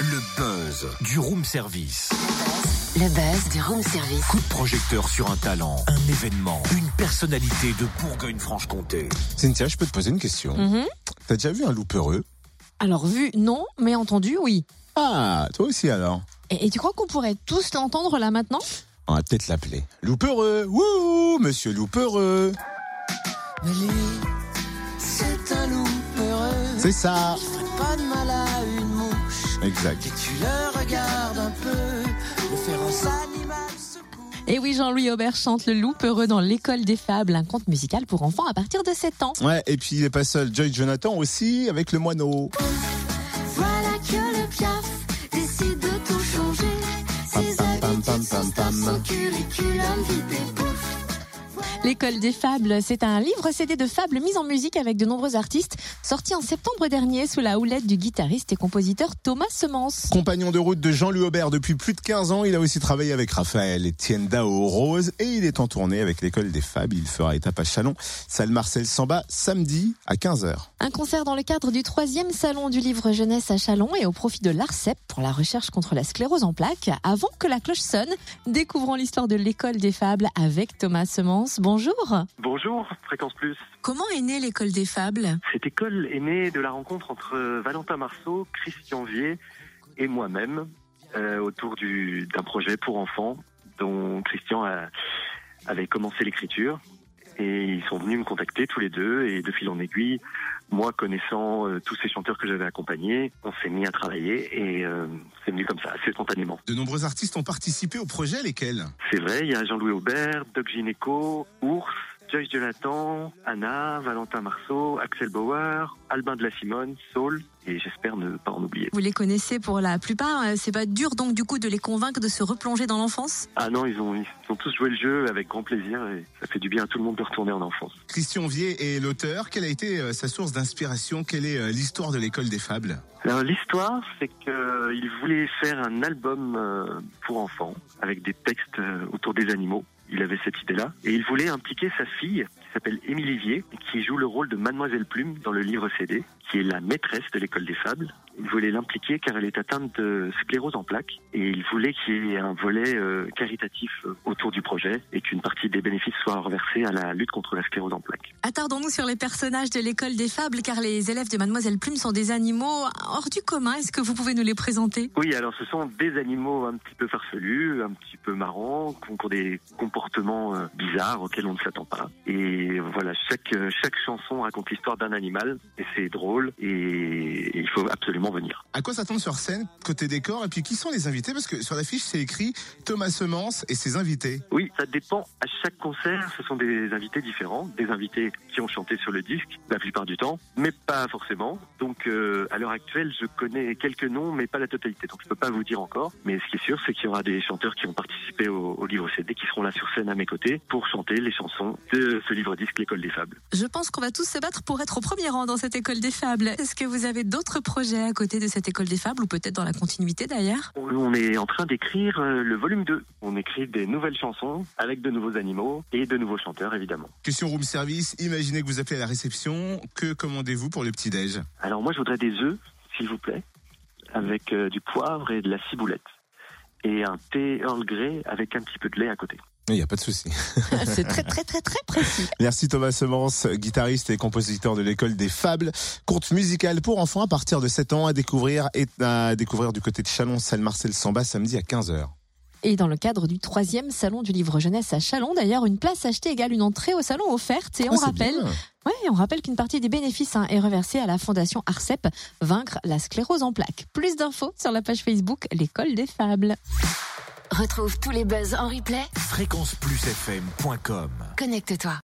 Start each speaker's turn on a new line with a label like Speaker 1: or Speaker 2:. Speaker 1: Le buzz du room service.
Speaker 2: Le buzz du room service.
Speaker 1: Coup de projecteur sur un talent, un événement, une personnalité de Bourgogne-Franche-Comté.
Speaker 3: Cynthia, je peux te poser une question. T'as déjà vu un loup peureux
Speaker 4: Alors vu, non, mais entendu, oui.
Speaker 3: Ah, toi aussi alors
Speaker 4: Et, et tu crois qu'on pourrait tous l'entendre là maintenant
Speaker 3: On va peut-être l'appeler. Loup peureux Wouhou Monsieur loup peureux
Speaker 5: Mais lui, c'est un loup heureux.
Speaker 3: C'est ça
Speaker 5: Il ferait pas de mal à une mouche.
Speaker 3: Exact.
Speaker 5: Et tu le regardes un peu, le féroce animal se court.
Speaker 4: Et Eh oui, Jean-Louis Aubert chante Le Loup Peureux dans l'école des fables, un conte musical pour enfants à partir de 7 ans.
Speaker 3: Ouais, et puis il est pas seul. Joy Jonathan aussi avec le moineau.
Speaker 6: Voilà que le piaf décide de tout changer.
Speaker 3: Pam,
Speaker 6: Ses
Speaker 3: pam, pam, pam,
Speaker 6: habitudes,
Speaker 3: pam,
Speaker 6: son staff,
Speaker 3: pam.
Speaker 6: son curriculum vitae pouf.
Speaker 4: L'école des fables, c'est un livre CD de fables mis en musique avec de nombreux artistes, sorti en septembre dernier sous la houlette du guitariste et compositeur Thomas Semence.
Speaker 3: Compagnon de route de Jean-Louis Aubert depuis plus de 15 ans, il a aussi travaillé avec Raphaël Etienne Dao Rose et il est en tournée avec l'école des fables. Il fera étape à Chalon, salle Marcel Samba, samedi à 15h.
Speaker 4: Un concert dans le cadre du troisième salon du livre jeunesse à Chalon et au profit de l'ARCEP pour la recherche contre la sclérose en plaques. Avant que la cloche sonne, découvrons l'histoire de l'école des fables avec Thomas Semence. Bonjour.
Speaker 7: Bonjour, Fréquence Plus.
Speaker 4: Comment est née l'école des fables
Speaker 7: Cette école est née de la rencontre entre euh, Valentin Marceau, Christian Vier et moi-même euh, autour du- d'un projet pour enfants dont Christian a- avait commencé l'écriture. Et ils sont venus me contacter tous les deux et de fil en aiguille, moi connaissant euh, tous ces chanteurs que j'avais accompagnés, on s'est mis à travailler et euh, c'est venu comme ça, assez spontanément.
Speaker 3: De nombreux artistes ont participé au projet, lesquels
Speaker 7: C'est vrai, il y a Jean-Louis Aubert, Doc Gineco, Ours, Joyce Jonathan, Anna, Valentin Marceau, Axel Bauer, Albin de la Simone, Saul, et j'espère ne pas en oublier.
Speaker 4: Vous les connaissez pour la plupart, euh, c'est pas dur donc du coup de les convaincre de se replonger dans l'enfance
Speaker 7: Ah non, ils ont, ils ont tous joué le jeu avec grand plaisir et ça fait du bien à tout le monde de retourner en enfance.
Speaker 3: Christian Vier est l'auteur. Quelle a été euh, sa source d'inspiration Quelle est euh, l'histoire de l'école des fables
Speaker 7: Alors l'histoire, c'est qu'ils voulaient faire un album euh, pour enfants avec des textes euh, autour des animaux. Il avait cette idée-là. Et il voulait impliquer sa fille, qui s'appelle Émilie Vier, qui joue le rôle de Mademoiselle Plume dans le livre CD, qui est la maîtresse de l'école des fables. Il voulait l'impliquer car elle est atteinte de sclérose en plaques. Et il voulait qu'il y ait un volet euh, caritatif euh, autour du projet et qu'une partie des bénéfices soit reversée à la lutte contre la sclérose en plaques.
Speaker 4: Attardons-nous sur les personnages de l'école des fables car les élèves de Mademoiselle Plume sont des animaux hors du commun. Est-ce que vous pouvez nous les présenter
Speaker 7: Oui, alors ce sont des animaux un petit peu farfelus, un petit peu marrants, qui ont qui ont des comportements euh, bizarres auxquels on ne s'attend pas. Et voilà, chaque, euh, chaque chanson raconte l'histoire d'un animal, et c'est drôle, et, et il faut absolument venir.
Speaker 3: À quoi s'attendre sur scène, côté décor Et puis qui sont les invités Parce que sur l'affiche, c'est écrit Thomas Semence et ses invités.
Speaker 7: Oui, ça dépend. À chaque concert, ce sont des invités différents, des invités qui ont chanté sur le disque la plupart du temps, mais pas forcément. Donc euh, à l'heure actuelle, je connais quelques noms, mais pas la totalité. Donc je peux pas vous dire encore. Mais ce qui est sûr, c'est qu'il y aura des chanteurs qui ont participé au, au livre CD qui seront là sur scène à mes côtés pour chanter les chansons de ce livre disque L'école des fables.
Speaker 4: Je pense qu'on va tous se battre pour être au premier rang dans cette école des fables. Est-ce que vous avez d'autres projets à côté de cette école des fables ou peut-être dans la continuité d'ailleurs
Speaker 7: On- On est en train d'écrire euh, le volume 2. On écrit des nouvelles chansons avec de nouveaux animaux et de nouveaux chanteurs évidemment.
Speaker 3: Question room service, imaginez que vous appelez à la réception. Que commandez-vous pour le petit-déj
Speaker 7: Alors moi, je voudrais des œufs, s'il vous plaît, avec euh, du poivre et de la ciboulette. Et un thé Earl Grey avec un petit peu de lait à côté.
Speaker 3: Il n'y a pas de souci.
Speaker 4: C'est très très très très précis.
Speaker 3: Merci Thomas Semence, guitariste et compositeur de l'école des fables. Conte musical pour enfants à partir de 7 ans à découvrir et à découvrir du côté de Chalon, salle Marcel Samba, samedi à 15h.
Speaker 4: Et dans le cadre du troisième salon du livre jeunesse à Chalon, d'ailleurs, une place achetée égale une entrée au salon offerte.
Speaker 3: Ah,
Speaker 4: Et on rappelle, ouais, on rappelle qu'une partie des bénéfices hein, est reversée à la fondation Arcep, vaincre la sclérose en plaques. Plus d'infos sur la page Facebook l'école des fables.
Speaker 2: Retrouve tous les buzz en replay.
Speaker 1: Fréquenceplusfm.com
Speaker 2: Connecte-toi.